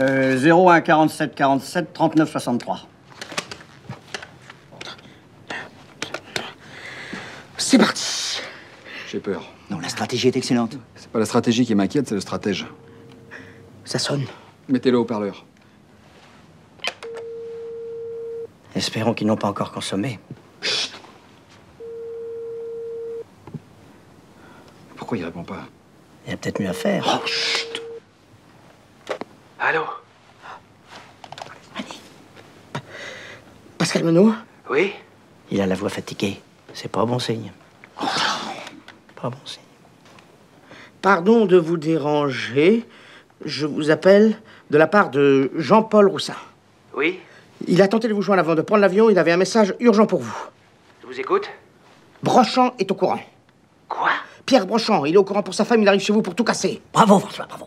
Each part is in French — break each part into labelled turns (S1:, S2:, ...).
S1: Euh, 01 47 47 39 63.
S2: C'est parti
S3: J'ai peur.
S2: Non, la stratégie est excellente.
S3: C'est pas la stratégie qui m'inquiète, c'est le stratège.
S2: Ça sonne.
S3: Mettez-le au parleur.
S2: Espérons qu'ils n'ont pas encore consommé.
S3: Pourquoi il répond pas
S2: Il y a peut-être mieux à faire.
S4: Allô
S2: Pascal Monod
S4: Oui
S2: Il a la voix fatiguée. C'est pas bon signe. Pas bon signe.
S5: Pardon de vous déranger. Je vous appelle de la part de Jean-Paul Roussin.
S4: Oui
S5: Il a tenté de vous joindre avant de prendre l'avion. Il avait un message urgent pour vous.
S4: Je vous écoute
S5: Brochant est au courant.
S4: Quoi
S5: Pierre Brochant, il est au courant pour sa femme. Il arrive chez vous pour tout casser.
S2: Bravo, François, bravo.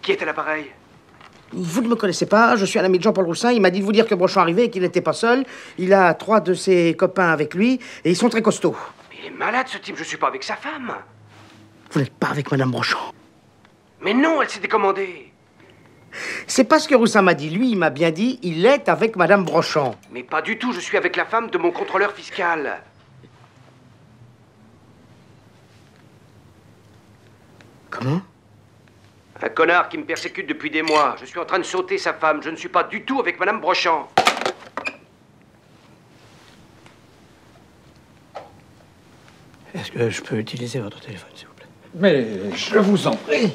S4: Qui est à l'appareil
S5: Vous ne me connaissez pas. Je suis un ami de Jean-Paul Roussin. Il m'a dit de vous dire que Brochant arrivait et qu'il n'était pas seul. Il a trois de ses copains avec lui et ils sont très costauds.
S4: Mais il est malade ce type, je suis pas avec sa femme
S5: Vous n'êtes pas avec Madame Brochant.
S4: Mais non, elle s'est décommandée
S5: C'est pas ce que Roussin m'a dit. Lui, il m'a bien dit, il est avec Madame Brochant.
S4: Mais pas du tout, je suis avec la femme de mon contrôleur fiscal
S5: Comment
S4: Un connard qui me persécute depuis des mois. Je suis en train de sauter sa femme. Je ne suis pas du tout avec Madame Brochant.
S2: Est-ce que je peux utiliser votre téléphone, s'il vous plaît
S3: Mais Eh, je vous en prie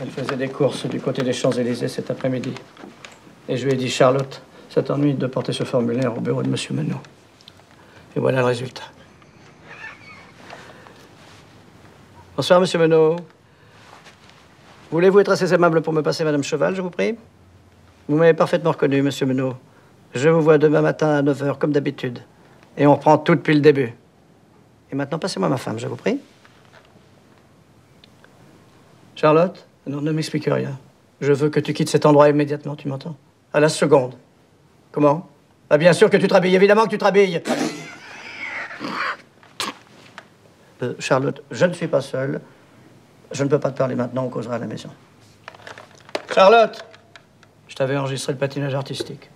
S2: Elle faisait des courses du côté des Champs-Élysées cet après-midi. Et je lui ai dit, Charlotte, ça t'ennuie de porter ce formulaire au bureau de Monsieur Menot. Et voilà le résultat. Bonsoir, Monsieur Menot. Voulez-vous être assez aimable pour me passer Madame Cheval, je vous prie Vous m'avez parfaitement reconnu, Monsieur Menot. Je vous vois demain matin à 9h, comme d'habitude. Et on reprend tout depuis le début. Et maintenant, passez-moi ma femme, je vous prie. Charlotte, non, ne m'explique rien. Je veux que tu quittes cet endroit immédiatement, tu m'entends À la seconde. Comment Ah, bien sûr que tu te rhabilles, évidemment que tu te rhabilles Euh, Charlotte, je ne suis pas seule. Je ne peux pas te parler maintenant, on causera à la maison. Charlotte Je t'avais enregistré le patinage artistique.